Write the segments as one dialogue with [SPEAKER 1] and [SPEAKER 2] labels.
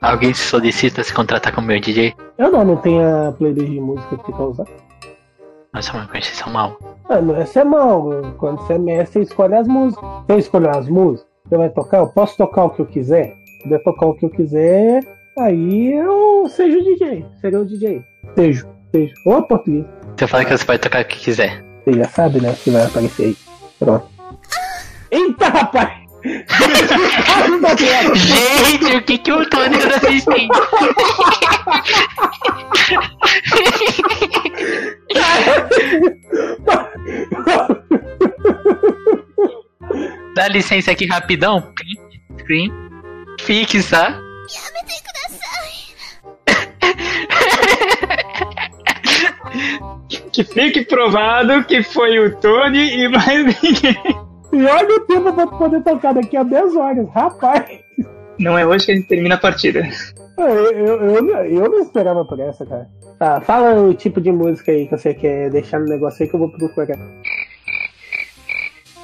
[SPEAKER 1] Alguém solicita se contratar como meu DJ?
[SPEAKER 2] Eu não, não tenho a playlist de música que pra usar.
[SPEAKER 1] Nossa, mano, que vocês são mal.
[SPEAKER 2] Mano, essa é mal. mano. Quando você é mestre, você escolhe as músicas. Se eu escolher as músicas, você vai tocar? Eu posso tocar o que eu quiser? Se puder tocar o que eu quiser, aí eu seja o DJ. Seria o DJ. Sejo, sejo. Ou português.
[SPEAKER 1] Você fala que você vai tocar o que quiser.
[SPEAKER 2] Você já sabe, né? Que vai aparecer aí. Pronto. Ah! Eita, rapaz!
[SPEAKER 1] Gente, o que que o Tony tá assistindo? Dá licença aqui rapidão. Print, screen. tá? Fixar.
[SPEAKER 3] Que fique provado que foi o Tony e mais ninguém.
[SPEAKER 2] E olha o tempo pra poder tocar daqui a 10 horas. Rapaz!
[SPEAKER 3] Não é hoje que a gente termina a partida.
[SPEAKER 2] É, Eu, eu, eu, eu não esperava por essa, cara. Tá, fala o tipo de música aí que você quer deixar no negócio aí que eu vou procurar.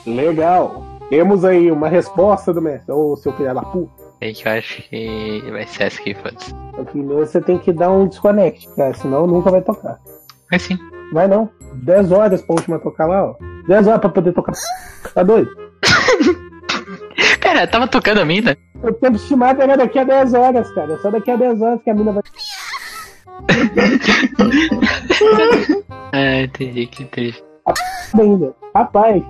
[SPEAKER 2] Legal. Temos aí uma resposta do mestre. Ô, seu filho da puta.
[SPEAKER 1] É que eu acho que vai ser essa aqui, foda-se.
[SPEAKER 2] Então, Primeiro você tem que dar um desconect, cara, senão nunca vai tocar.
[SPEAKER 1] Mas sim.
[SPEAKER 2] Vai não. 10 horas pra última tocar lá, ó. 10 horas pra poder tocar. Tá doido?
[SPEAKER 1] Cara, tava tocando a mina.
[SPEAKER 2] O tempo estimado era daqui a 10 horas, cara. É Só daqui a 10 horas que a mina vai.
[SPEAKER 1] Ah, entendi, que triste.
[SPEAKER 2] ainda. Rapaz.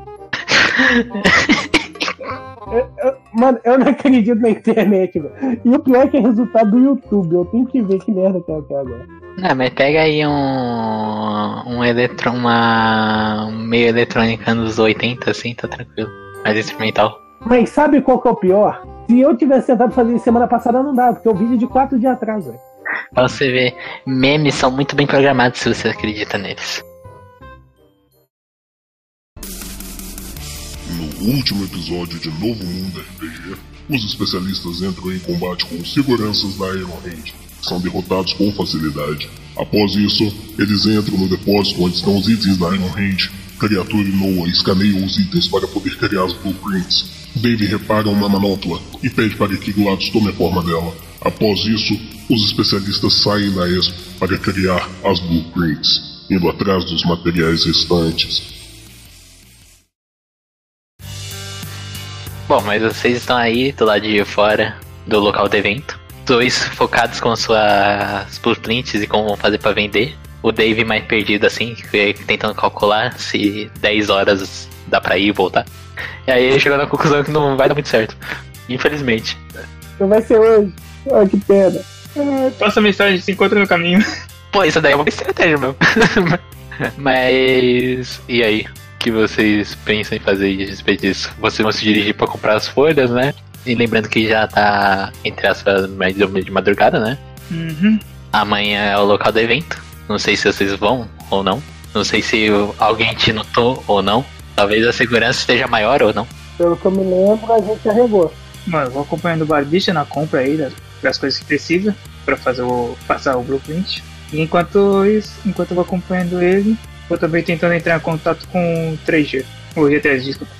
[SPEAKER 2] Eu- eu- mano, eu não acredito na internet, velho. E o pior é que é resultado do YouTube. Eu tenho que ver que merda que é até agora.
[SPEAKER 1] Ah, mas pega aí um. Um eletro, uma. Um meio eletrônica nos 80, assim, tá tranquilo. Mais experimental.
[SPEAKER 2] Mas sabe qual que é o pior? Se eu tivesse tentado fazer isso semana passada, não dava, porque o vídeo é de 4 dias atrás, velho.
[SPEAKER 1] Pra você ver, memes são muito bem programados se você acredita neles.
[SPEAKER 4] No último episódio de Novo Mundo RPG, os especialistas entram em combate com os seguranças da Iron Hand. São derrotados com facilidade. Após isso, eles entram no depósito onde estão os itens da Iron Hand. Criatura e Noah escaneiam os itens para poder criar as blueprints. Dave repara uma manopla e pede para que Gladys tome a forma dela. Após isso, os especialistas saem da Expo para criar as blueprints, indo atrás dos materiais restantes.
[SPEAKER 1] Bom, mas vocês estão aí do lado de fora do local do evento. Dois focados com suas blueprints e como vão fazer pra vender. O Dave mais perdido assim, que- tentando calcular se 10 horas dá pra ir e voltar. E aí ele chegou na conclusão que não vai dar muito certo. Infelizmente.
[SPEAKER 2] Não Então vai ser hoje. Ai, que pena. Ah,
[SPEAKER 3] Próxima história a gente se encontra no caminho.
[SPEAKER 1] Pô, isso daí é uma estratégia mesmo. Mas. E aí? O que vocês pensam em fazer a respeito disso? Vocês vão se dirigir pra comprar as folhas, né? E lembrando que já tá entre as mais ou menos de madrugada, né?
[SPEAKER 3] Uhum.
[SPEAKER 1] Amanhã é o local do evento. Não sei se vocês vão ou não. Não sei se alguém te notou ou não. Talvez a segurança esteja maior ou não.
[SPEAKER 2] Pelo que eu me lembro, a gente carregou.
[SPEAKER 3] Mano, eu vou acompanhando o barbicha na compra aí das, das coisas que precisa pra fazer o passar o blueprint. E enquanto isso, enquanto eu vou acompanhando ele, vou também tentando entrar em contato com o 3G. O G3, desculpa.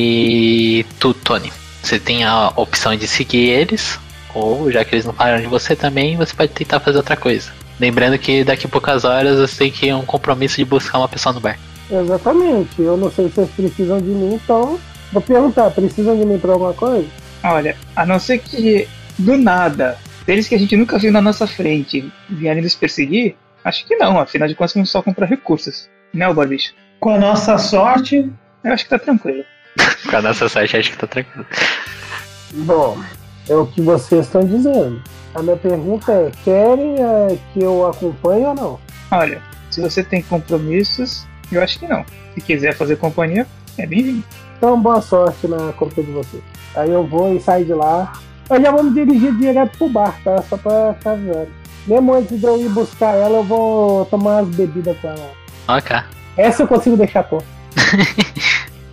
[SPEAKER 1] E tu, Tony, você tem a opção de seguir eles, ou já que eles não falaram de você também, você pode tentar fazer outra coisa. Lembrando que daqui a poucas horas você tem que ir a um compromisso de buscar uma pessoa no bar.
[SPEAKER 2] Exatamente. Eu não sei se vocês precisam de mim, então. Vou perguntar, precisam de mim pra alguma coisa?
[SPEAKER 3] Olha, a não ser que do nada, deles que a gente nunca viu na nossa frente vierem nos perseguir, acho que não, afinal de contas vamos só comprar recursos. Né, o barbicha?
[SPEAKER 5] Com a nossa sorte,
[SPEAKER 3] Eu acho que tá tranquilo.
[SPEAKER 1] Com a nossa sorte, acho que tá tranquilo.
[SPEAKER 2] Bom, é o que vocês estão dizendo. A minha pergunta é: querem eh, que eu acompanhe ou não?
[SPEAKER 3] Olha, se você tem compromissos, eu acho que não. Se quiser fazer companhia, é bem-vindo.
[SPEAKER 2] Então, boa sorte na compra de vocês. Aí eu vou e saio de lá. Eu já vou me dirigir direto pro bar, tá? Só pra ficar vendo. Mesmo antes de eu ir buscar ela, eu vou tomar umas bebidas com ela.
[SPEAKER 1] Ok.
[SPEAKER 2] Essa eu consigo deixar pô.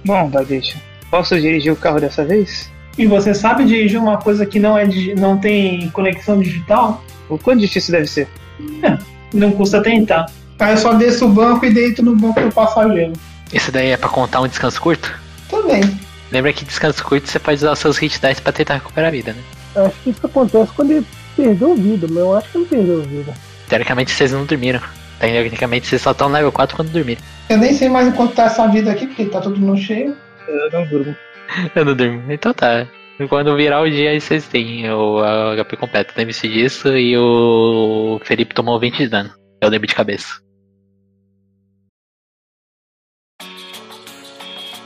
[SPEAKER 3] Bom, Barbicha, posso dirigir o carro dessa vez?
[SPEAKER 5] e você sabe dirigir uma coisa que não, é, digi- não tem conexão digital,
[SPEAKER 3] O quão difícil deve ser?
[SPEAKER 5] não custa tentar. Aí eu só desço o banco e deito no banco do passageiro.
[SPEAKER 1] Isso daí é pra contar um descanso curto?
[SPEAKER 5] Também.
[SPEAKER 1] Lembra que descanso curto você pode usar os seus hit dice pra tentar recuperar a vida, né?
[SPEAKER 2] Eu acho que isso acontece quando ele Perdeu vida, mas eu acho que não perdeu vida.
[SPEAKER 1] Teoricamente vocês não dormiram. Tecnicamente vocês só estão level 4 quando dormiram.
[SPEAKER 5] Eu nem sei mais enquanto tá essa vida aqui, porque tá tudo no cheio.
[SPEAKER 3] Eu não durmo.
[SPEAKER 1] Eu não durmo. Então tá. Quando virar o dia aí vocês têm o a HP completo. Lembre-se disso e o Felipe tomou 20 de dano. Eu lembro de cabeça.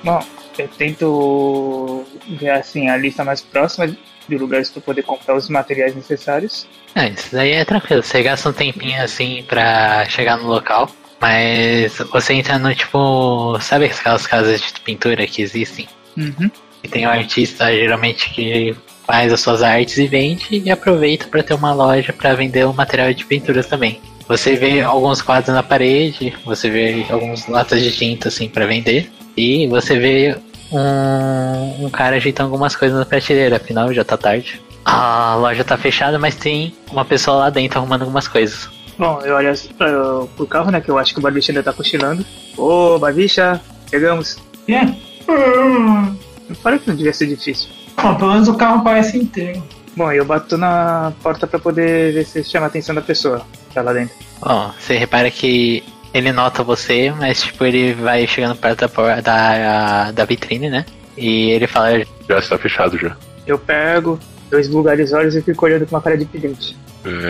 [SPEAKER 3] Bom, eu tento ver assim a lista mais próxima de lugares para poder comprar os materiais necessários.
[SPEAKER 1] É, isso daí é tranquilo. Você gasta um tempinho assim pra chegar no local. Mas você entra no tipo. Sabe aquelas casas de pintura que existem?
[SPEAKER 3] Uhum.
[SPEAKER 1] E tem um artista geralmente que faz as suas artes e vende e aproveita para ter uma loja para vender o material de pinturas também. Você vê alguns quadros na parede, você vê algumas latas de tinta assim para vender e você vê um, um cara ajeitando algumas coisas na prateleira, afinal já tá tarde. A loja tá fechada, mas tem uma pessoa lá dentro arrumando algumas coisas.
[SPEAKER 3] Bom, eu olho assim, eu- pro carro, né? Que eu acho que o Barbicha ainda tá cochilando. Ô, Barbicha, chegamos.
[SPEAKER 5] É. Hum.
[SPEAKER 3] Eu falei que não devia ser difícil.
[SPEAKER 5] Bom, pelo menos o carro parece inteiro.
[SPEAKER 3] Bom, eu bato na porta pra poder ver se chama a atenção da pessoa que tá lá dentro.
[SPEAKER 1] Bom, você repara que ele nota você, mas tipo, ele vai chegando perto da, por- da, da vitrine, né? E ele fala,
[SPEAKER 6] Já está fechado já.
[SPEAKER 3] Eu pego dois lugares olhos e fico olhando com uma cara de pedinte.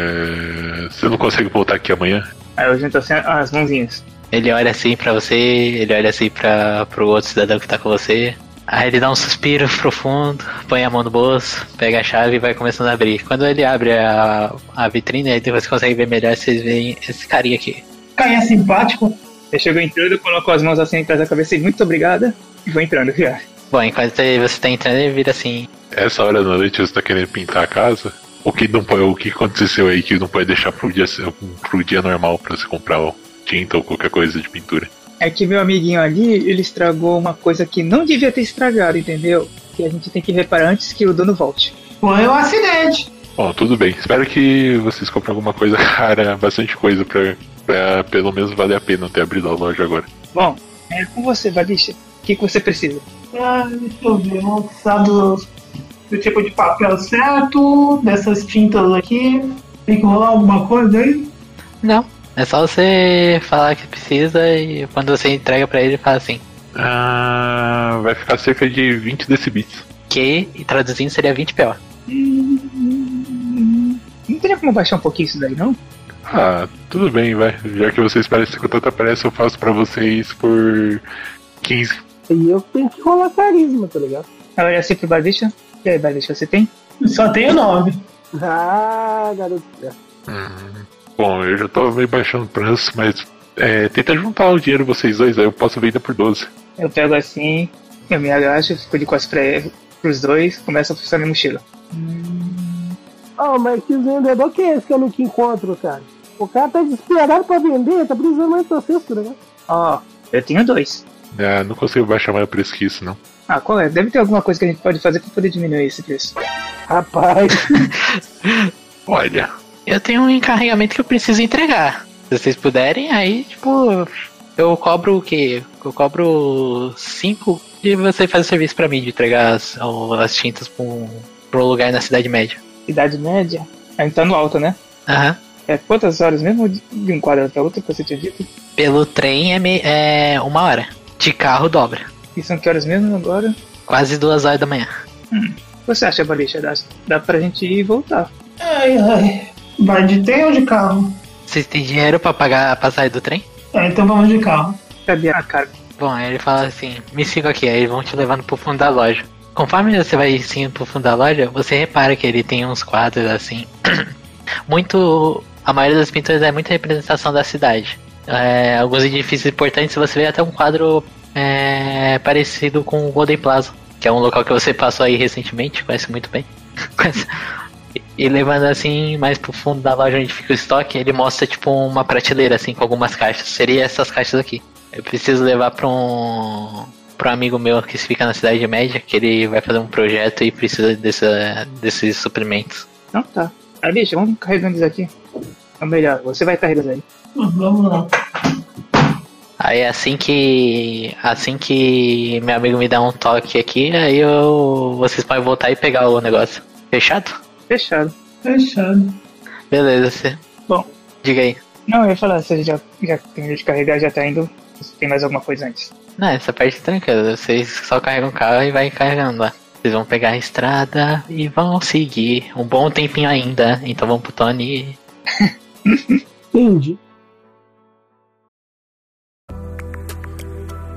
[SPEAKER 6] É, Você não consegue voltar aqui amanhã?
[SPEAKER 3] Aí eu junto assim as mãozinhas.
[SPEAKER 1] Ele olha assim pra você, ele olha assim pra, pro outro cidadão que tá com você. Aí ele dá um suspiro profundo, põe a mão no bolso, pega a chave e vai começando a abrir. Quando ele abre a, a vitrine, aí você consegue ver melhor, vocês veem esse carinha aqui.
[SPEAKER 5] Carinha simpático.
[SPEAKER 3] Eu chego entrando, coloco as mãos assim atrás da cabeça e muito obrigada. E vou entrando já.
[SPEAKER 1] Bom, enquanto você tá entrando, ele vira assim.
[SPEAKER 6] Essa hora da noite você está querendo pintar a casa? O que não pode, o que aconteceu aí que não pode deixar pro dia, pro dia normal para você comprar ó, tinta ou qualquer coisa de pintura?
[SPEAKER 3] É que meu amiguinho ali, ele estragou uma coisa que não devia ter estragado, entendeu? Que a gente tem que reparar antes que o dono volte.
[SPEAKER 5] Foi um acidente.
[SPEAKER 6] Bom, tudo bem. Espero que vocês comprem alguma coisa cara, bastante coisa pra, pra pelo menos valer a pena ter abrido a loja agora.
[SPEAKER 3] Bom, é com você, Valixa. O que, que você precisa?
[SPEAKER 5] Ah, deixa eu ver. Vamos precisar do, do tipo de papel certo, dessas tintas aqui. Tem que rolar alguma coisa aí?
[SPEAKER 1] Não. É só você falar que precisa e quando você entrega pra ele, ele fala assim.
[SPEAKER 6] Ah, vai ficar cerca de 20 decibits.
[SPEAKER 1] Que, e traduzindo, seria 20 PO.
[SPEAKER 3] Não teria como baixar um pouquinho isso daí, não?
[SPEAKER 6] Ah, tudo bem, vai. Já que vocês parecem com tanta pressa, eu faço pra vocês por 15.
[SPEAKER 2] E eu tenho que rolar carisma, tá ligado?
[SPEAKER 3] Aí eu olho assim pro Valixa. E aí, Valixa, você tem?
[SPEAKER 5] Só tenho nove.
[SPEAKER 2] Ah, garoto.
[SPEAKER 6] Hum. Bom, eu já tô meio baixando o preço, mas é, tenta juntar o dinheiro vocês dois, aí eu posso vender por 12.
[SPEAKER 3] Eu pego assim, eu me agacho, fico de costas pra, pros dois, começo a fuçar minha mochila.
[SPEAKER 2] Oh, mas que vendedor que é esse que eu nunca encontro, cara? O cara tá desesperado pra vender, tá precisando mais de vocês, tá ligado?
[SPEAKER 3] Ó, eu tenho dois.
[SPEAKER 6] Ah, não consigo baixar mais o preço que isso, não.
[SPEAKER 3] Ah, qual é? Deve ter alguma coisa que a gente pode fazer pra poder diminuir esse preço.
[SPEAKER 2] Rapaz,
[SPEAKER 6] Olha,
[SPEAKER 1] Eu tenho um encarregamento que eu preciso entregar. Se vocês puderem, aí, tipo, eu cobro o quê? Eu cobro 5 e você faz o serviço pra mim de entregar as, as tintas pra um, pra um lugar na Cidade Média.
[SPEAKER 3] Idade média? A gente tá no alto, né?
[SPEAKER 1] Aham.
[SPEAKER 3] É quantas horas mesmo de de um quadro pra outro que você tinha dito?
[SPEAKER 1] Pelo trem é, me- é uma hora. De carro dobra.
[SPEAKER 3] E são que horas mesmo agora?
[SPEAKER 1] Quase duas horas da manhã.
[SPEAKER 3] Você acha, Balixa? Dá, dá pra gente ir e voltar.
[SPEAKER 5] Ai, ai. Vai de trem ou de carro?
[SPEAKER 1] Vocês têm dinheiro pra pagar a passagem do trem?
[SPEAKER 5] Ah, então vamos de carro.
[SPEAKER 3] Cadê a cara?
[SPEAKER 1] Bom, aí ele fala assim, me siga aqui, aí eles vão te levando pro fundo da loja. Conforme você vai indo pro fundo da loja, você repara que ele tem uns quadros assim. muito. A maioria das pinturas é muita representação da cidade. É, alguns edifícios importantes você vê até um quadro é, parecido com o Golden Plaza, que é um local que você passou aí recentemente, conhece muito bem. Conhece- E levando assim mais pro fundo da loja onde fica o estoque, ele mostra tipo uma prateleira assim com algumas caixas. Seria essas caixas aqui. Eu preciso levar pra um. pra um amigo meu que fica na Cidade Média, que ele vai fazer um projeto e precisa dessa- desses suprimentos.
[SPEAKER 3] Não, tá. Alixa, vamos carregando isso aqui. Ou melhor, você vai carregando aí.
[SPEAKER 5] Hum, Vamos lá.
[SPEAKER 1] Aí assim que. assim que meu amigo me dá um toque aqui, aí eu. vocês podem voltar e pegar o negócio. Fechado?
[SPEAKER 3] Fechado.
[SPEAKER 5] Fechado.
[SPEAKER 1] Beleza, você.
[SPEAKER 3] Bom.
[SPEAKER 1] Diga aí.
[SPEAKER 3] Não, eu ia falar, você já, já terminou de carregar, já tá indo. Você tem mais alguma coisa antes?
[SPEAKER 1] Não, essa parte é tranquila. Vocês só carregam o carro e vai carregando lá. Vocês vão pegar a estrada e vão seguir um bom tempinho ainda. Então vamos pro Tony.
[SPEAKER 2] Entendi.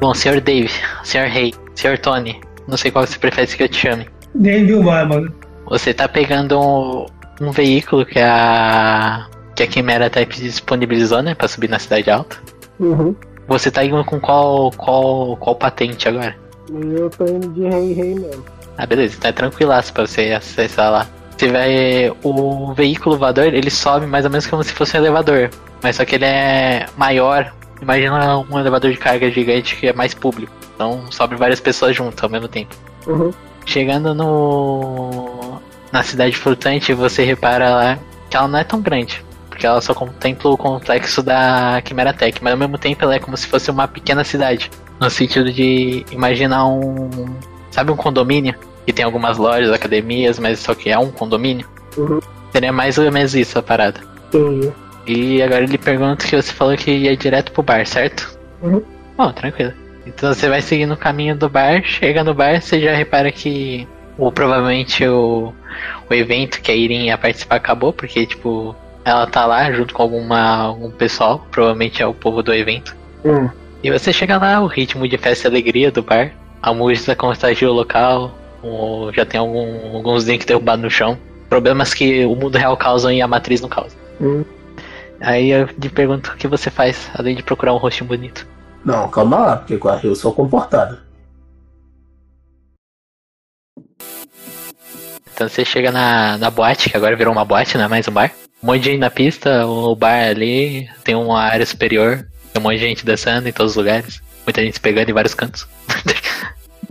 [SPEAKER 1] Bom, senhor Dave, senhor Rei, senhor Tony. Não sei qual você prefere que eu te chame.
[SPEAKER 5] Dave o Bárbaro.
[SPEAKER 1] Você tá pegando um, um veículo que a. que a Quimera tá disponibilizou, né? Pra subir na cidade alta.
[SPEAKER 2] Uhum.
[SPEAKER 1] Você tá indo com qual. qual. qual patente agora?
[SPEAKER 2] Eu tô indo de rei, rei mesmo.
[SPEAKER 1] Ah, beleza, então é tranquilaço pra você acessar lá. Você vai. O veículo voador, ele sobe mais ou menos como se fosse um elevador. Mas só que ele é maior. Imagina um elevador de carga gigante que é mais público. Então sobe várias pessoas juntas ao mesmo tempo.
[SPEAKER 2] Uhum.
[SPEAKER 1] Chegando no. na cidade flutante, você repara lá que ela não é tão grande. Porque ela só contempla o complexo da Quimera Tech, mas ao mesmo tempo ela é como se fosse uma pequena cidade. No sentido de imaginar um. Sabe um condomínio? Que tem algumas lojas, academias, mas só que é um condomínio.
[SPEAKER 2] Uhum.
[SPEAKER 1] Seria mais ou menos isso a parada.
[SPEAKER 2] Entendi.
[SPEAKER 1] E agora ele pergunta que você falou que ia direto pro bar, certo?
[SPEAKER 2] Uhum.
[SPEAKER 1] Bom, tranquilo. Então você vai seguindo o caminho do bar, chega no bar, você já repara que o, provavelmente o, o evento que a Irin ia participar acabou, porque tipo, ela tá lá junto com alguma, algum pessoal, provavelmente é o povo do evento.
[SPEAKER 2] Hum.
[SPEAKER 1] E você chega lá, o ritmo de festa e alegria do bar, a música contagia o local, o- já tem algum, alguns drinks derrubados no chão. Problemas que o mundo real causa e a matriz não causa.
[SPEAKER 2] Hum.
[SPEAKER 1] Aí eu te pergunto o que você faz, além de procurar um rostinho bonito.
[SPEAKER 7] Não, calma lá, porque com a Rio eu sou comportado.
[SPEAKER 1] Então você chega na, na boate, que agora virou uma boate, não é mais um bar. Um monte de gente na pista, o bar ali, tem uma área superior, tem um monte de gente dançando em todos os lugares. Muita gente se pegando em vários cantos.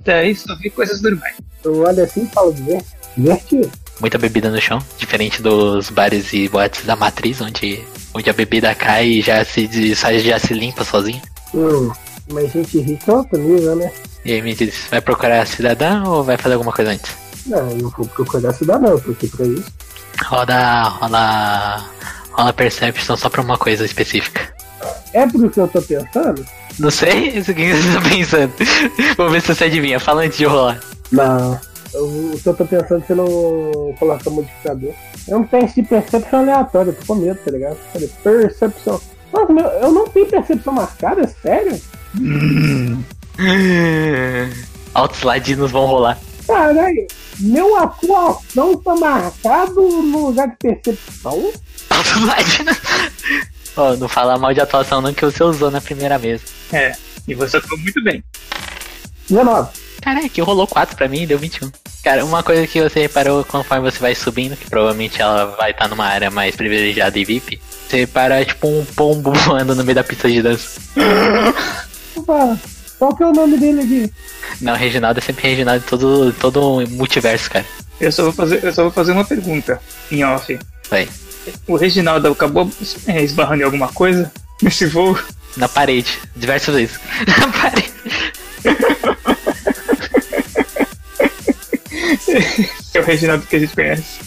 [SPEAKER 3] Daí só vi coisas normais.
[SPEAKER 2] Eu olho assim e falo, "Diver- divertido.
[SPEAKER 1] Muita bebida no chão, diferente dos bares e boates da matriz, onde, onde a bebida cai e já se, des- já se limpa sozinha.
[SPEAKER 2] Hum. Mas gente rica é outro nível, né?
[SPEAKER 1] E aí me diz, vai procurar cidadã ou vai fazer alguma coisa antes?
[SPEAKER 2] Não, eu vou procurar cidadão, porque pra isso.
[SPEAKER 1] Roda. rola. rola perception só pra uma coisa específica.
[SPEAKER 2] É pro que eu tô pensando?
[SPEAKER 1] Não sei isso que você tá pensando. Vou ver se você adivinha. Fala antes de rolar.
[SPEAKER 2] Não. Eu, o que eu tô pensando se eu não colocar modificador. É um teste de percepção aleatório, eu tô com medo, tá ligado? Falei, percepção. Nossa, meu, eu não tenho percepção marcada, sério?
[SPEAKER 1] Altos ladinos vão rolar.
[SPEAKER 2] Caralho, meu atuação tá marcado no lugar de percepção?
[SPEAKER 1] Altos ladinos. Ó, não fala mal de atuação não que você usou na primeira mesa.
[SPEAKER 3] É, E você atuou muito bem.
[SPEAKER 2] 19.
[SPEAKER 1] Caraca, que rolou 4 pra mim e deu 21. Cara, uma coisa que você reparou conforme você vai subindo, que provavelmente ela vai estar numa área mais privilegiada e VIP, você repara tipo um pombo voando no meio da pista de dança.
[SPEAKER 2] Opa, Qual que é o nome dele aqui?
[SPEAKER 1] Não, Reginaldo é sempre Reginaldo em todo, todo multiverso, cara.
[SPEAKER 3] Eu só vou fazer, eu só vou fazer uma pergunta em off.
[SPEAKER 1] Vai.
[SPEAKER 3] O Reginaldo acabou é, esbarrando em alguma coisa nesse voo?
[SPEAKER 1] Na parede, diversas vezes. Na parede.
[SPEAKER 3] É o Reginaldo que a gente conhece.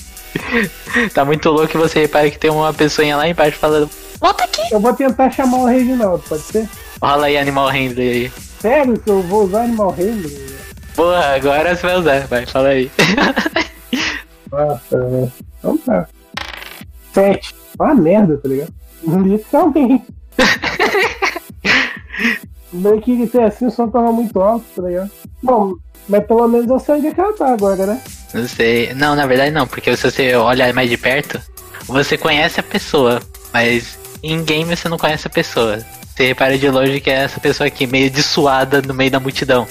[SPEAKER 1] Tá muito louco e você repara que tem uma pessoinha lá embaixo falando: Volta aqui!
[SPEAKER 2] Eu vou tentar chamar o Reginaldo, pode ser?
[SPEAKER 1] Rola aí, Animal Handler aí.
[SPEAKER 2] Sério que eu vou usar Animal Handling?
[SPEAKER 1] Porra, agora você vai usar, vai, fala aí.
[SPEAKER 2] Nossa, velho. Então tá. 7. Ah, merda, tá ligado? Literalmente. Bem que ser assim, o som tava muito alto, tá ligado? Bom, mas pelo menos eu sei onde é que ela tá agora, né?
[SPEAKER 1] Não sei. Não, na verdade não, porque se você olha mais de perto, você conhece a pessoa, mas em game você não conhece a pessoa. Você repara de longe que é essa pessoa aqui, meio dissuada no meio da multidão.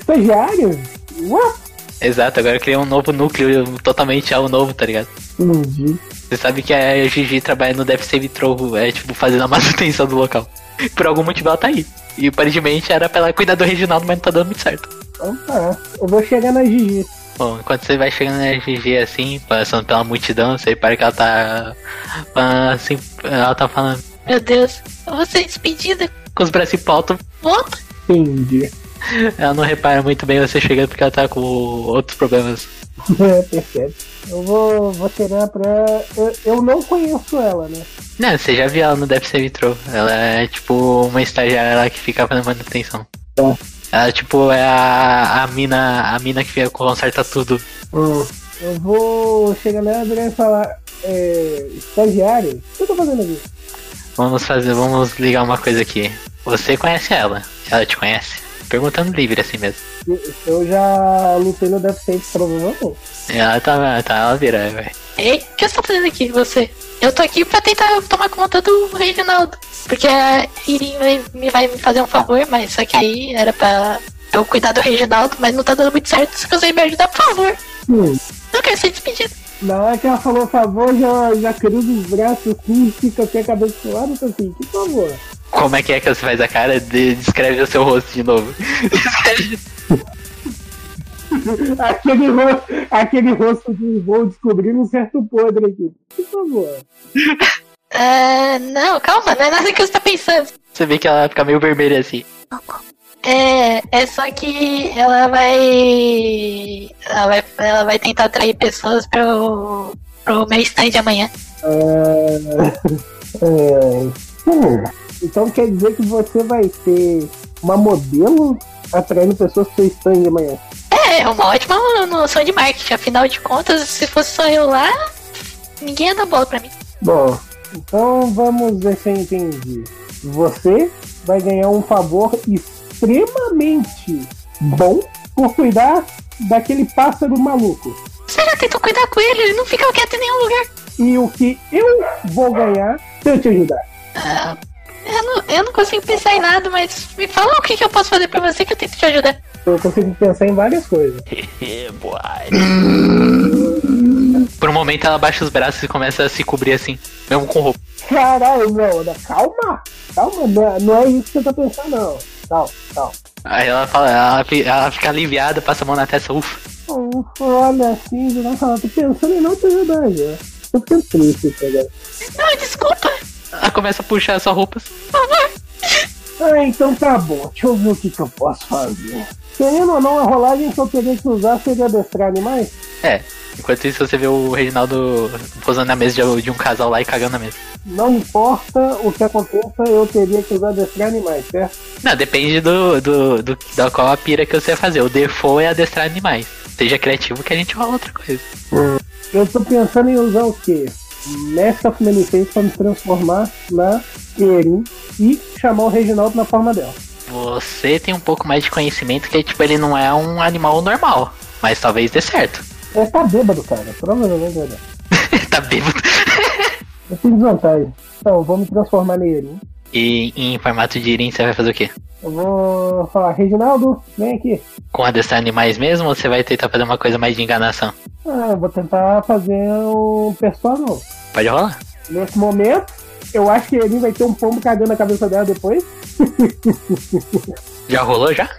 [SPEAKER 2] Estagiário? What?
[SPEAKER 1] Exato, agora eu criei um novo núcleo totalmente algo novo, tá ligado?
[SPEAKER 2] Entendi.
[SPEAKER 1] Você sabe que a Gigi trabalha no Dev Save Throw, é tipo fazendo a manutenção do local. Por algum motivo ela tá aí. E aparentemente era pra ela cuidar do Reginaldo, mas não tá dando muito certo.
[SPEAKER 2] Então tá. Eu vou chegar na Gigi.
[SPEAKER 1] Bom, enquanto você vai chegando na GG assim, passando pela multidão, você repara que ela tá. ah, Assim, ela tá falando. Meu Deus, eu vou ser despedida. Com os braços em pauta. Volta!
[SPEAKER 2] Entendi.
[SPEAKER 1] Ela não repara muito bem você chegando porque ela tá com outros problemas.
[SPEAKER 2] É, percebe. Eu vou, vou tirar pra. Eu, eu não conheço ela, né?
[SPEAKER 1] Não, você já viu ela no Deve Ser Vitro. Ela é tipo uma estagiária lá que fica fazendo manutenção.
[SPEAKER 2] Tá.
[SPEAKER 1] Ela tipo é a, a mina. a mina que fica- conserta tudo.
[SPEAKER 2] Eu vou chegar nela virar e falar: é, Estagiário, o que eu tô fazendo aqui?
[SPEAKER 1] Vamos fazer. Vamos ligar uma coisa aqui. Você conhece ela? Ela te conhece? Perguntando livre assim mesmo.
[SPEAKER 2] Eu já lutei no Death Save, provavelmente.
[SPEAKER 1] Ela tá. tá ela vira, velho.
[SPEAKER 8] Ei, o que você tá fazendo aqui, você? Eu tô aqui pra tentar tomar conta do Reginaldo. Porque a Irin vai me, vai me fazer um favor, mas só que aí era pra eu cuidar do Reginaldo, mas não tá dando muito certo. Se você me ajudar, por favor.
[SPEAKER 2] Hum.
[SPEAKER 8] Não quero ser despedido.
[SPEAKER 2] Na hora que ela falou favor, já, já cruza os braços, assim, fica aqui a cabeça pro lado, tô assim, que favor.
[SPEAKER 1] Como é que é que você faz a cara? De- descreve o seu rosto de novo.
[SPEAKER 2] Aquele rosto, aquele rosto de vou descobrir um certo podre aqui. Por favor.
[SPEAKER 8] Ah, não, calma, não é nada que você tá pensando.
[SPEAKER 1] Você vê que ela fica meio vermelha assim.
[SPEAKER 8] É, é só que ela vai. Ela vai, ela vai tentar atrair pessoas pro, pro meu stand amanhã.
[SPEAKER 2] É, é, hum. Então quer dizer que você vai ser uma modelo atraindo pessoas pro seu stand amanhã.
[SPEAKER 8] É, uma ótima noção de marketing. Afinal de contas, se fosse só eu lá, ninguém ia dar bola pra mim.
[SPEAKER 2] Bom, então vamos ver se eu entendi. Você vai ganhar um favor extremamente bom por cuidar daquele pássaro maluco.
[SPEAKER 8] Você já tentou cuidar com ele, ele não fica quieto em nenhum lugar.
[SPEAKER 2] E o que eu vou ganhar se eu te ajudar?
[SPEAKER 8] Ah, eu, não, eu não consigo pensar em nada, mas me fala o que, que eu posso fazer pra você que eu tento te ajudar.
[SPEAKER 2] Eu consigo pensar em várias coisas.
[SPEAKER 1] Por um momento ela baixa os braços e começa a se cobrir assim, mesmo com roupa.
[SPEAKER 2] Caralho, não, não, calma, calma, não, é- não é isso que você tá pensando, não. Calma, calma.
[SPEAKER 1] Aí ela fala, ela, fi- ela fica aliviada, passa a mão na testa, ufa.
[SPEAKER 2] Hum, Olha assim, eu não falo, tô pensando em não te ajudar já. Tô ficando triste, tá ligado?
[SPEAKER 8] Não, desculpa.
[SPEAKER 1] Ela começa a puxar suas roupas.
[SPEAKER 2] Ah, então tá bom, deixa eu ver o que, que eu posso fazer. Querendo ou não, a rolagem que eu teria que usar seria adestrar animais?
[SPEAKER 1] É, Enquanto isso, você vê o Reginaldo posando na mesa de, de um casal lá e cagando na mesa.
[SPEAKER 2] Não importa o que aconteça, eu teria que usar adestrar animais, certo?
[SPEAKER 1] Não, depende do, do, do- da qual a pira que você vai fazer. O default é adestrar animais. Seja criativo que a gente rola outra coisa.
[SPEAKER 2] Eu tô pensando em usar o quê? Nessa of Manifest pra me transformar na Erin e chamar o Reginaldo na forma dela.
[SPEAKER 1] Você tem um pouco mais de conhecimento que tipo, ele não é um animal normal. Mas talvez dê certo.
[SPEAKER 2] É, tá bêbado, cara. Provavelmente vai dar.
[SPEAKER 1] tá bêbado.
[SPEAKER 2] Eu tenho desvantagem. Então, vou me transformar nele.
[SPEAKER 1] E em formato de Irin você vai fazer o quê?
[SPEAKER 2] Eu vou falar, Reginaldo, vem aqui.
[SPEAKER 1] Com adestrar animais mesmo ou você vai tentar fazer uma coisa mais de enganação?
[SPEAKER 2] Ah, eu vou tentar fazer um personagem novo.
[SPEAKER 1] Pode rolar?
[SPEAKER 2] Nesse momento, eu acho que ele vai ter um pombo cagando na cabeça dela depois.
[SPEAKER 1] Já rolou já?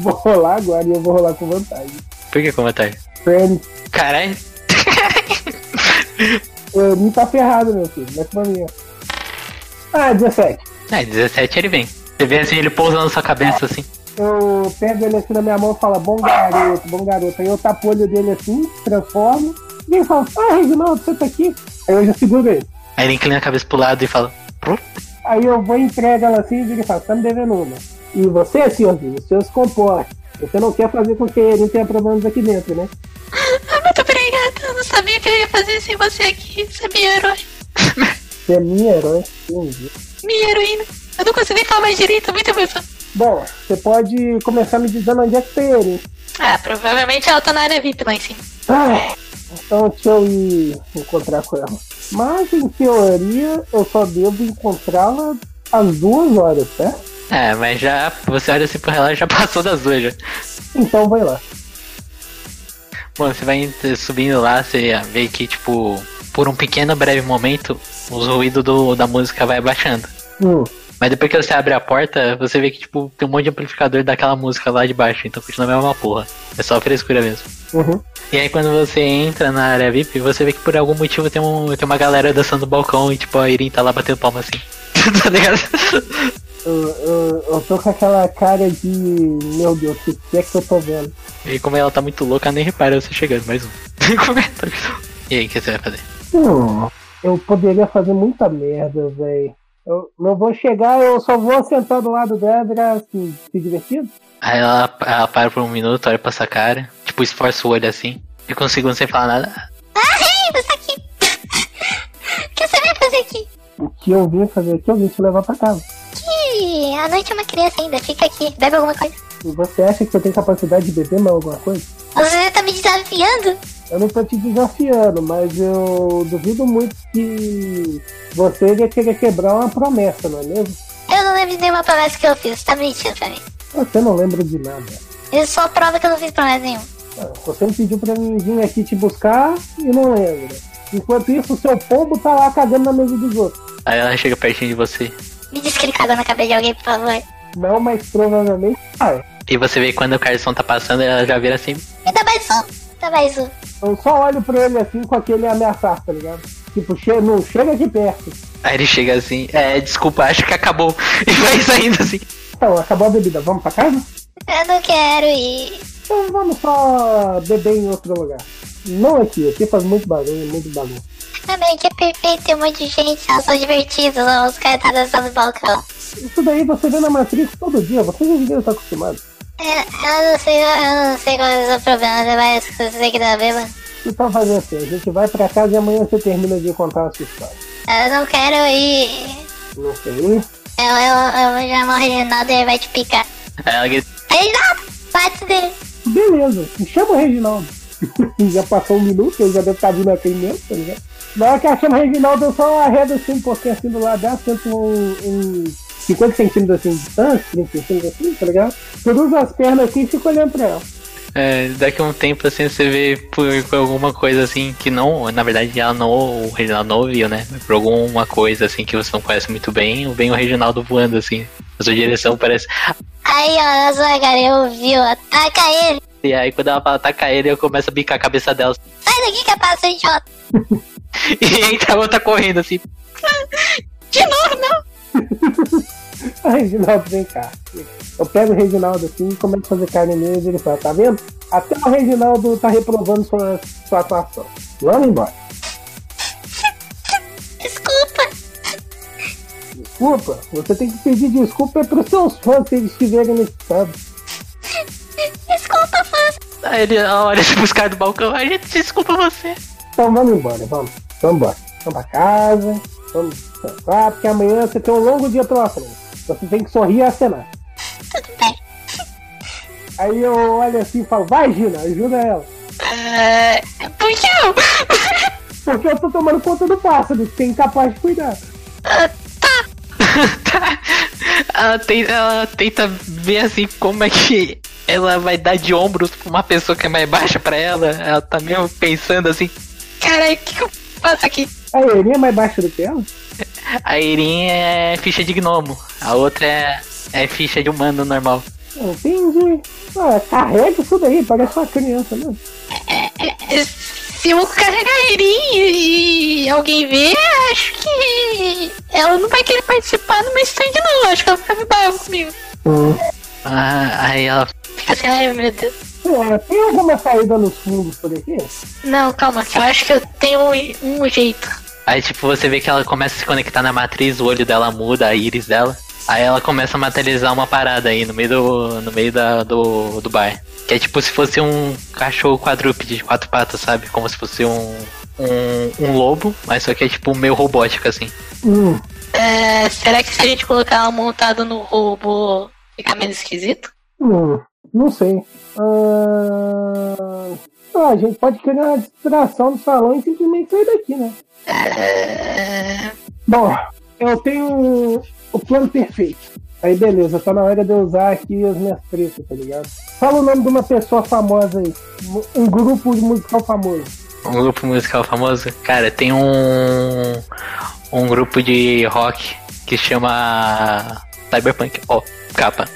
[SPEAKER 2] Vou rolar agora e eu vou rolar com vantagem.
[SPEAKER 1] Por que tá comentário?
[SPEAKER 2] Ele,
[SPEAKER 1] Caralho,
[SPEAKER 2] ele tá ferrado, meu filho. Não é pra mim. Ah, 17.
[SPEAKER 1] é, 17 ele vem. Você vê assim, ele pousando na sua cabeça assim.
[SPEAKER 2] Eu pego ele assim na minha mão e falo, bom garoto, bom garoto. Aí eu tapo o olho dele assim, transformo. E ele fala, ah, Reginaldo, você tá aqui? Aí eu já seguro ele.
[SPEAKER 1] Aí ele inclina a cabeça pro lado e fala: "Pô,
[SPEAKER 2] Aí eu vou e entrego ela assim e ele fala, tá me devendo uma. E você, senhorzinho, o senhor se comporta. Você não quer fazer com que ele tenha problemas aqui dentro, né?
[SPEAKER 8] Ah, muito obrigada. Eu não sabia que eu ia fazer sem você aqui. Você é minha herói.
[SPEAKER 2] Você é minha herói. entendi.
[SPEAKER 8] Minha heroína. Eu não consigo nem falar mais direito, muito emoção.
[SPEAKER 2] Bom, você pode começar me dizendo onde é que tem ele.
[SPEAKER 8] Ah, provavelmente ela tá na área VIP lá em cima.
[SPEAKER 2] Ai, então deixa eu ir encontrar com ela. Mas, em teoria, eu só devo encontrá-la às duas horas, né?
[SPEAKER 1] É, mas já. Você olha assim pro relógio já passou das duas já.
[SPEAKER 2] Então vai lá.
[SPEAKER 1] Bom, você vai ent- subindo lá, você vê que, tipo, por um pequeno breve momento, os ruídos do- da música vai abaixando.
[SPEAKER 2] Hum,
[SPEAKER 1] Mas depois que você abre a porta, você vê que, tipo, tem um monte de amplificador daquela música lá de baixo. Então continua a mesma porra. É só frescura mesmo.
[SPEAKER 2] uhum.
[SPEAKER 1] E aí quando você entra na área VIP, você vê que por algum motivo tem, um, tem uma galera dançando no balcão e, tipo, a Irin tá lá batendo palma assim. tá ligado?
[SPEAKER 2] Eu, eu, eu tô com aquela cara de. Meu Deus, o que é que eu tô vendo?
[SPEAKER 1] E como ela tá muito louca, ela nem repara você chegando, mais um. Comentário. e aí, o que você vai fazer?
[SPEAKER 7] Hum,
[SPEAKER 2] Eu poderia fazer muita merda, velho. Eu não vou chegar, eu só vou sentar do lado dela e virar assim, se divertindo.
[SPEAKER 1] Aí ela, ela para por um minuto, olha pra sua cara, tipo, esforça o olho assim, fica um segundo sem falar nada.
[SPEAKER 8] Ei, você aqui! O que você veio fazer aqui?
[SPEAKER 2] O que eu vim fazer aqui, eu vim te levar pra casa.
[SPEAKER 8] Ih, a noite é uma criança ainda, fica aqui, bebe alguma coisa.
[SPEAKER 2] E você acha que eu tenho capacidade de beber mais alguma coisa?
[SPEAKER 8] Você tá me desafiando?
[SPEAKER 2] Eu não tô te desafiando, mas eu duvido muito que você ia querer quebrar uma promessa, não é mesmo?
[SPEAKER 8] Eu não lembro de nenhuma promessa que eu fiz, tá mentindo pra mim.
[SPEAKER 2] Você não lembra de nada.
[SPEAKER 8] Isso só prova que eu não fiz promessa nenhuma.
[SPEAKER 2] Você me pediu pra mim vir aqui te buscar e não lembra. Enquanto isso, o seu pombo tá lá cagando na mesa dos outros.
[SPEAKER 1] Aí ela chega pertinho de você.
[SPEAKER 8] Me diz que ele cagou na cabeça de alguém, por favor.
[SPEAKER 2] Não, mas provavelmente. Ah, é.
[SPEAKER 1] E você vê que quando o Carlson tá passando, ela já vira assim.
[SPEAKER 8] Me dá mais um, dá mais um.
[SPEAKER 2] eu só olho pra ele assim com aquele ameaçar, tá ligado? Tipo, che não chega aqui perto.
[SPEAKER 1] Aí ele chega assim, é, desculpa, acho que acabou. E vai saindo assim.
[SPEAKER 2] Então, acabou a bebida, vamos pra casa?
[SPEAKER 8] Eu não quero ir.
[SPEAKER 2] Então vamos só beber em outro lugar. Não aqui, aqui faz muito barulho, muito barulho.
[SPEAKER 8] Também que é perfeito, tem um monte de gente, elas são divertidas, os caras tá dançando no balcão.
[SPEAKER 2] Isso daí você vê na Matrix todo dia, você já devia estar acostumado.
[SPEAKER 8] Eu, É, eu não sei, eu não sei qual é o seu problema, mas você tem que dar beba.
[SPEAKER 2] Então fazer assim, a gente vai pra casa e amanhã você termina de contar a sua história.
[SPEAKER 8] Eu não quero ir.
[SPEAKER 2] Não sei.
[SPEAKER 8] Eu, eu, eu já morri de nada e ele vai te picar.
[SPEAKER 1] Aí ela grita,
[SPEAKER 8] Reginaldo, bate dele.
[SPEAKER 2] Beleza, me chama o Reginaldo. já passou um minuto, eu já devo estar vindo aqui mesmo, tá ligado? Na hora que ela chama o Reginaldo, eu só arredo assim um pouquinho assim do lado dela, sento um, um 50 centímetros assim de distância, 30 centímetros assim, tá ligado? Cruzo as pernas assim e fico olhando pra ela.
[SPEAKER 1] É, daqui a um tempo assim você vê por, por alguma coisa assim que não, na verdade ela não, o Reginaldo não ouviu, né? Por alguma coisa assim que você não conhece muito bem, vem o Reginaldo voando assim. Na sua direção parece.
[SPEAKER 8] Aí, ó, a sua cara, eu ouvi, ó, ataca ele.
[SPEAKER 1] E aí quando ela fala atacar ele, eu começo a bicar a cabeça dela. assim,
[SPEAKER 8] Sai daqui, capaz, idiota.
[SPEAKER 1] E entra a outra correndo assim.
[SPEAKER 8] De novo, não.
[SPEAKER 2] Ah, Reginaldo, vem cá. Eu pego o Reginaldo assim e começo a fazer carne nele e ele fala, tá vendo? Até o Reginaldo tá reprovando sua, sua atuação. Vamos embora.
[SPEAKER 8] Desculpa.
[SPEAKER 2] Desculpa, você tem que pedir desculpa é pros seus fãs se eles estiverem nesse estado.
[SPEAKER 8] Desculpa, fãs.
[SPEAKER 1] Aí ele ela olha se buscar do balcão, a gente desculpa você.
[SPEAKER 2] Então vamos embora, vamos. Vamos embora. Vamos pra casa, vamos descansar, porque amanhã você tem um longo dia pela frente. Você tem que sorrir e acenar.
[SPEAKER 8] Tudo bem.
[SPEAKER 2] Aí eu olho assim e falo, vai Gina, ajuda ela.
[SPEAKER 8] É... Por que eu?
[SPEAKER 2] Porque eu tô tomando conta do pássaro, que é incapaz de cuidar.
[SPEAKER 1] Tá. ela, tenta, ela tenta ver assim como é que ela vai dar de ombros pra uma pessoa que é mais baixa pra ela. Ela tá meio pensando assim, caralho, o que, que eu faço aqui?
[SPEAKER 2] A Erinha é mais baixa do que ela?
[SPEAKER 1] A Irin é ficha de gnomo, a outra é, é ficha de humano normal.
[SPEAKER 2] Entendi. Ah, carrega isso daí, parece uma criança né? mesmo.
[SPEAKER 8] Se eu carregar ele e alguém ver, acho que ela não vai querer participar do meu stand, não. Acho que ela vai me brava comigo.
[SPEAKER 1] Ah, aí ela.
[SPEAKER 8] Fica assim, ai meu Deus.
[SPEAKER 2] É, tem alguma saída nos fundos por aqui?
[SPEAKER 8] Não, calma, que eu acho que eu tenho um, um jeito.
[SPEAKER 1] Aí tipo, você vê que ela começa a se conectar na matriz, o olho dela muda, a íris dela. Aí ela começa a materializar uma parada aí no meio do. no meio da, do, do bar. Que é tipo se fosse um cachorro quadrúpede de quatro patas, sabe? Como se fosse um. um, um lobo, mas só que é tipo meio robótico assim.
[SPEAKER 2] Hum,
[SPEAKER 8] É, será que se a gente colocar ela montada no robô, fica menos esquisito?
[SPEAKER 2] hum, não sei. Ah, ah, a gente pode criar uma distração no salão e simplesmente sair daqui, né?
[SPEAKER 8] É,
[SPEAKER 2] Bom, eu tenho o plano perfeito. Aí beleza, tá na hora de eu usar aqui as minhas tretas, tá ligado? Fala o nome de uma pessoa famosa aí. Um grupo de musical famoso.
[SPEAKER 1] Um grupo musical famoso? Cara, tem um. Um grupo de rock que chama. Cyberpunk, ó, capa.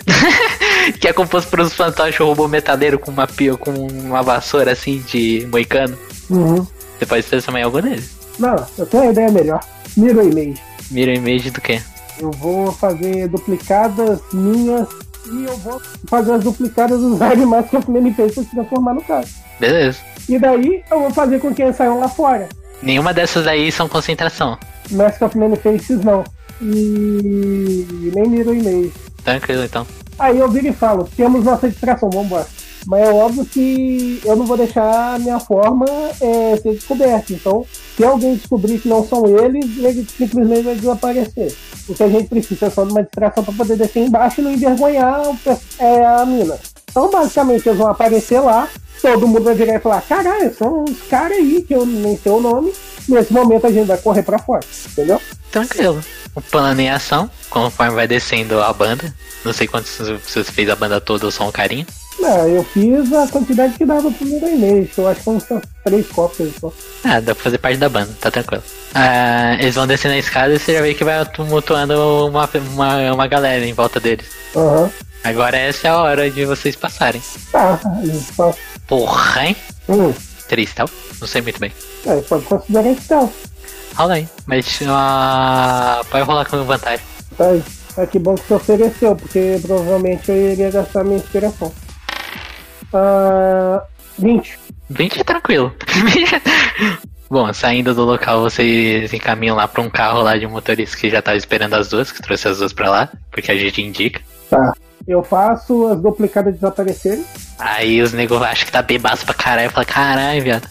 [SPEAKER 1] que é composto por uns fantoches um robô metaleiro com uma pia, com uma vassoura assim de moicano.
[SPEAKER 2] Uhum.
[SPEAKER 1] Você pode transformar em algum deles.
[SPEAKER 2] Não, eu tenho uma ideia melhor. Miro e meio.
[SPEAKER 1] Mira image do quê?
[SPEAKER 2] Eu vou fazer duplicadas minhas e eu vou fazer as duplicadas dos animais que eu primeiro fez pra se transformar no cara.
[SPEAKER 1] Beleza.
[SPEAKER 2] E daí eu vou fazer com que eles saiam lá fora.
[SPEAKER 1] Nenhuma dessas aí são concentração.
[SPEAKER 2] Mask of Many Faces não. E nem miro e meio.
[SPEAKER 1] Tranquilo, então.
[SPEAKER 2] Aí eu viro e falo, temos nossa distração, vambora. Mas é óbvio que eu não vou deixar a minha forma é, ser descoberta. Então, se alguém descobrir que não são eles, ele simplesmente vai desaparecer. O que a gente precisa é só de uma distração para poder descer embaixo e não envergonhar o pe- é, a mina. Então, basicamente, eles vão aparecer lá, todo mundo vai virar e falar, caralho, são uns caras aí que eu nem sei o nome. Nesse momento a gente vai correr para fora, entendeu?
[SPEAKER 1] Tranquilo. O plano em ação, conforme vai descendo a banda. Não sei quantos você fez a banda toda ou só um carinho.
[SPEAKER 2] Não, eu fiz a quantidade que dava pro meu e-mail. Eu acho que são só três cópias só.
[SPEAKER 1] Ah, dá pra fazer parte da banda, tá tranquilo. Ah, eles vão descendo a escada e você já vê que vai tumultuando uma, uma, uma galera em volta deles.
[SPEAKER 2] Aham.
[SPEAKER 1] Agora essa é a hora de vocês passarem.
[SPEAKER 2] Tá, aí, só.
[SPEAKER 1] Porra, hein?
[SPEAKER 2] Hum,
[SPEAKER 1] Tristal? Não sei muito bem.
[SPEAKER 2] é, pode considerar então.
[SPEAKER 1] Rola aí. Mas ah, pode rolar com vantagem.
[SPEAKER 2] Tá aí. Tá que bom que você ofereceu, porque provavelmente eu iria gastar minha inspiração. Ah. 20.
[SPEAKER 1] 20 é tranquilo. Bom, saindo do local, vocês encaminham lá pra um carro lá de um motorista que já tava esperando as duas, que trouxe as duas pra lá, porque a gente indica.
[SPEAKER 2] Eu faço as duplicadas desaparecerem.
[SPEAKER 1] Aí os negros acham que tá bebaço pra caralho, fala, caralho, viado.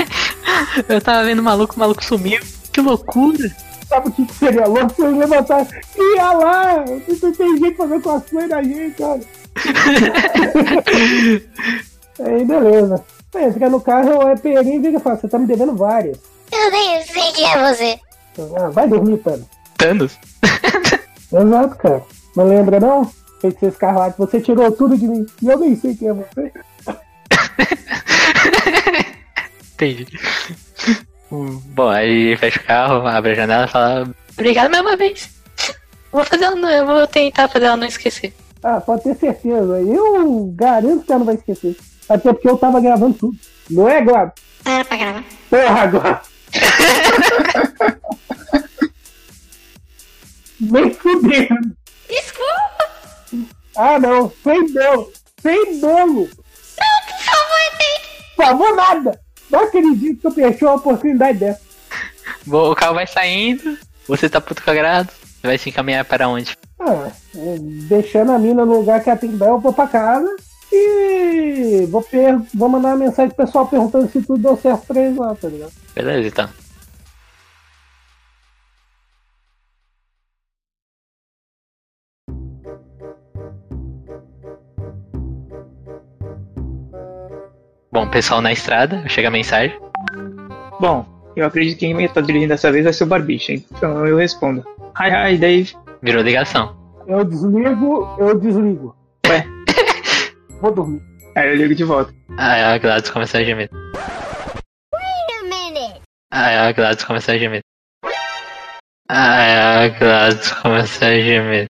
[SPEAKER 1] Eu tava vendo o maluco, o maluco sumiu. Que loucura.
[SPEAKER 2] Sabe o que que seria louco se eu levantar? E olha lá! Não tem jeito pra fazer cosplay da gente, olha. Aí beleza. Aí entra no carro, eu é perinho e vira e fala, você tá me devendo várias.
[SPEAKER 9] Eu nem sei quem é você.
[SPEAKER 2] Eu, Ah, vai dormir, Tano.
[SPEAKER 1] Thanos?
[SPEAKER 2] Exato, cara. Não lembra não? Feiticeiro Escarlate, você tirou tudo de mim. E eu nem sei quem é você.
[SPEAKER 1] Entendi. Hum, Bom, aí fecha o carro, abre a janela e fala.
[SPEAKER 8] Obrigado mais uma vez. Vou fazer ela, não- eu vou tentar fazer ela não esquecer.
[SPEAKER 2] Ah, pode ter certeza. Eu garanto que ela não vai esquecer. Até porque eu tava gravando tudo. Não é, Glab?
[SPEAKER 9] Não era pra gravar.
[SPEAKER 2] Porra, Glab! Nem fudendo.
[SPEAKER 9] Desculpa,
[SPEAKER 2] Ah, não. Sem bolo. Sem bolo.
[SPEAKER 9] por favor, tem.
[SPEAKER 2] Favor nada. Não acredito que eu perdi uma oportunidade dessa.
[SPEAKER 1] Bom, o carro vai saindo, você tá puto com agrado, vai se encaminhar para onde?
[SPEAKER 2] Ah, é, deixando a mina no lugar que ela tem que dar, eu vou pra casa e vou, per- vou mandar uma mensagem pro pessoal perguntando se tudo deu certo pra eles lá, tá ligado?
[SPEAKER 1] Beleza, então. Bom, pessoal na estrada, chega a mensagem.
[SPEAKER 3] Bom, eu acredito que quem vai estar dirigindo dessa vez vai ser o Barbicha, então eu respondo. Hi, hi, Dave.
[SPEAKER 1] Virou ligação.
[SPEAKER 2] Eu desligo, eu desligo.
[SPEAKER 3] Ué.
[SPEAKER 2] Vou dormir.
[SPEAKER 3] Aí eu ligo de volta.
[SPEAKER 1] Ah, a Gladys começou a gemer.
[SPEAKER 9] Wait a minute.
[SPEAKER 1] Ah, a Gladys começou a gemer. Ah, a Gladys começou a gemer.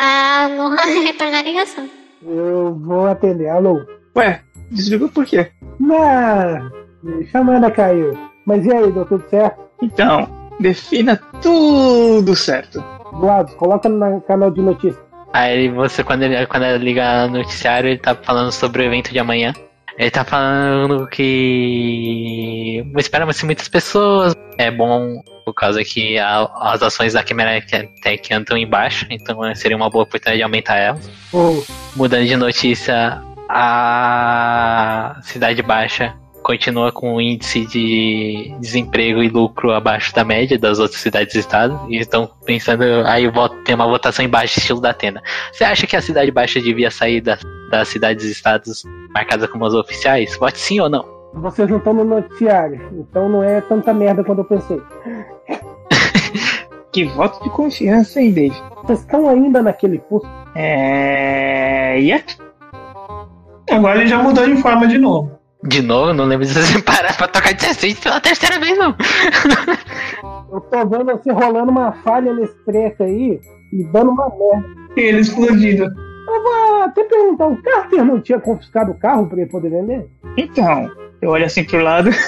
[SPEAKER 9] Ah, não retornar a ligação.
[SPEAKER 2] Eu vou atender. Alô?
[SPEAKER 3] Ué, desligou por quê?
[SPEAKER 2] Na chamada caiu. Mas e aí, deu tudo certo?
[SPEAKER 3] Então, defina tudo certo.
[SPEAKER 2] Gladys, coloca no canal de notícias.
[SPEAKER 1] Aí você, quando ele, quando ele liga no noticiário, ele tá falando sobre o evento de amanhã. Ele tá falando que esperam-se muitas pessoas. É bom por causa que a- as ações da Quimera Tech andam em baixa, então eh, seria uma boa oportunidade de aumentar elas.
[SPEAKER 2] Ou
[SPEAKER 1] Mudando de notícia, a Cidade Baixa continua com um índice de desemprego e lucro abaixo da média das outras cidades e estados. E estão pensando, aí vota- tem uma votação embaixo, estilo da Atena. Você acha que a Cidade Baixa devia sair da- das cidades e estados marcadas como as oficiais? Vote sim ou não.
[SPEAKER 2] vocês não estão no noticiário, então não é tanta merda quanto eu pensei.
[SPEAKER 3] Que voto de confiança, hein, Dave?
[SPEAKER 2] Vocês estão ainda naquele posto?
[SPEAKER 3] É. Yep.
[SPEAKER 5] Agora ele já mudou de forma de novo.
[SPEAKER 1] De novo, não lembro de você parar pra tocar 16 pela terceira vez, não.
[SPEAKER 2] Eu tô vendo você rolando uma falha nesse treco aí e dando uma merda.
[SPEAKER 5] E ele explodido.
[SPEAKER 2] Ah, até perguntar, o Carter não tinha confiscado o carro pra ele poder vender?
[SPEAKER 3] Então, eu olho assim pro lado.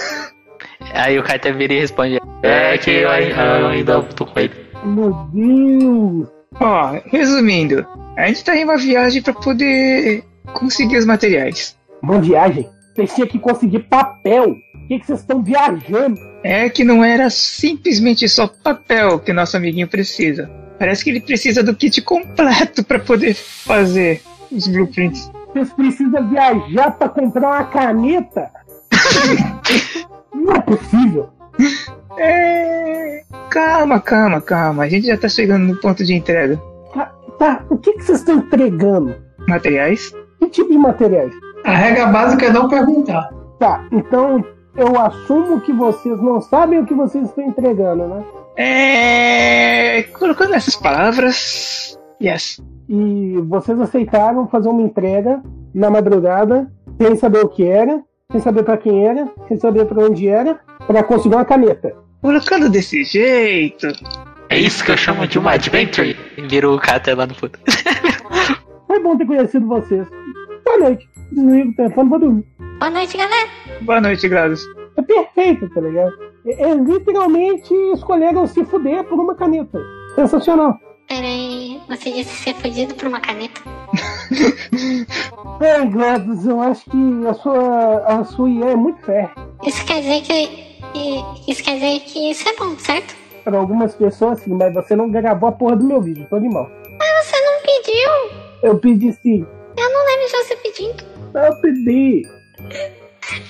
[SPEAKER 1] Aí o Carter vira e responde: É que eu ainda, eu ainda tô com ele.
[SPEAKER 2] Meu Deus!
[SPEAKER 3] Ó, resumindo, a gente tá em uma viagem pra poder conseguir os materiais.
[SPEAKER 2] Uma viagem? Vocês tinham que conseguir papel! O que que vocês estão viajando?
[SPEAKER 3] É que não era simplesmente só papel que nosso amiguinho precisa. Parece que ele precisa do kit completo pra poder fazer os blueprints.
[SPEAKER 2] Vocês precisam viajar pra comprar uma caneta? Não é possível!
[SPEAKER 3] É... Calma, calma, calma. A gente já tá chegando no ponto de entrega.
[SPEAKER 2] Tá, o que que vocês estão entregando?
[SPEAKER 3] Materiais?
[SPEAKER 2] Que tipo de materiais?
[SPEAKER 5] A regra básica é não perguntar.
[SPEAKER 2] Tá, então eu assumo que vocês não sabem o que vocês estão entregando, né?
[SPEAKER 3] É... Colocando essas palavras... Yes.
[SPEAKER 2] E vocês aceitaram fazer uma entrega na madrugada, sem saber o que era, sem saber pra quem era, sem saber pra onde era, pra conseguir uma caneta.
[SPEAKER 3] Colocando desse jeito...
[SPEAKER 1] É isso que eu chamo de uma adventure. Vira o Kata lá no fundo.
[SPEAKER 2] Foi É bom ter conhecido vocês. Boa noite. Desligo o telefone, vou dormir.
[SPEAKER 9] Boa noite, galera.
[SPEAKER 3] Boa noite, Gladys.
[SPEAKER 2] É perfeito, tá ligado? É- é literalmente escolheram se fuder por uma caneta. Sensacional.
[SPEAKER 9] Pera aí, você disse ser fudido por uma caneta.
[SPEAKER 2] Ai, É, Gladys, eu acho que a sua, a sua IA é muito férrea.
[SPEAKER 9] Isso quer dizer que... que- Isso quer dizer que isso é bom, certo?
[SPEAKER 2] Pra algumas pessoas, sim, mas você não gravou a porra do meu vídeo, tô animal.
[SPEAKER 9] Mas você não pediu.
[SPEAKER 2] Eu pedi sim.
[SPEAKER 9] Eu não lembro de você pedindo.
[SPEAKER 2] Eu pedi.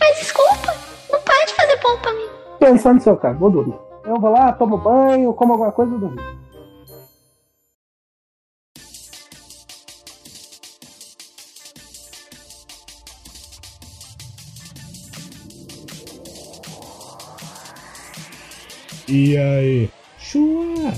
[SPEAKER 9] Mas desculpa, não para de fazer bom pra mim.
[SPEAKER 2] Pensar no seu caso, vou dormir. Eu vou lá, tomo banho, como alguma coisa e dormir.
[SPEAKER 10] E aí? Chua!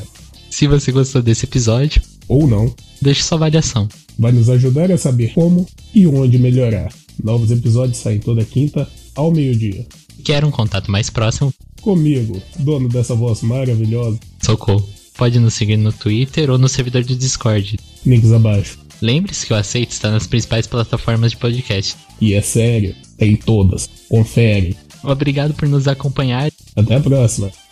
[SPEAKER 11] Se você gostou desse episódio,
[SPEAKER 10] Ou não.
[SPEAKER 11] deixe sua avaliação.
[SPEAKER 10] Vai nos ajudar a saber como e onde melhorar. Novos episódios saem toda quinta, ao meio-dia.
[SPEAKER 11] Quer um contato mais próximo?
[SPEAKER 10] Comigo, dono dessa voz maravilhosa,
[SPEAKER 11] Socorro. Pode nos seguir no Twitter ou no servidor de Discord.
[SPEAKER 10] links abaixo.
[SPEAKER 11] Lembre-se que o Aceito está nas principais plataformas de podcast.
[SPEAKER 10] E é sério, tem todas. Confere.
[SPEAKER 11] Obrigado por nos acompanhar.
[SPEAKER 10] Até a próxima.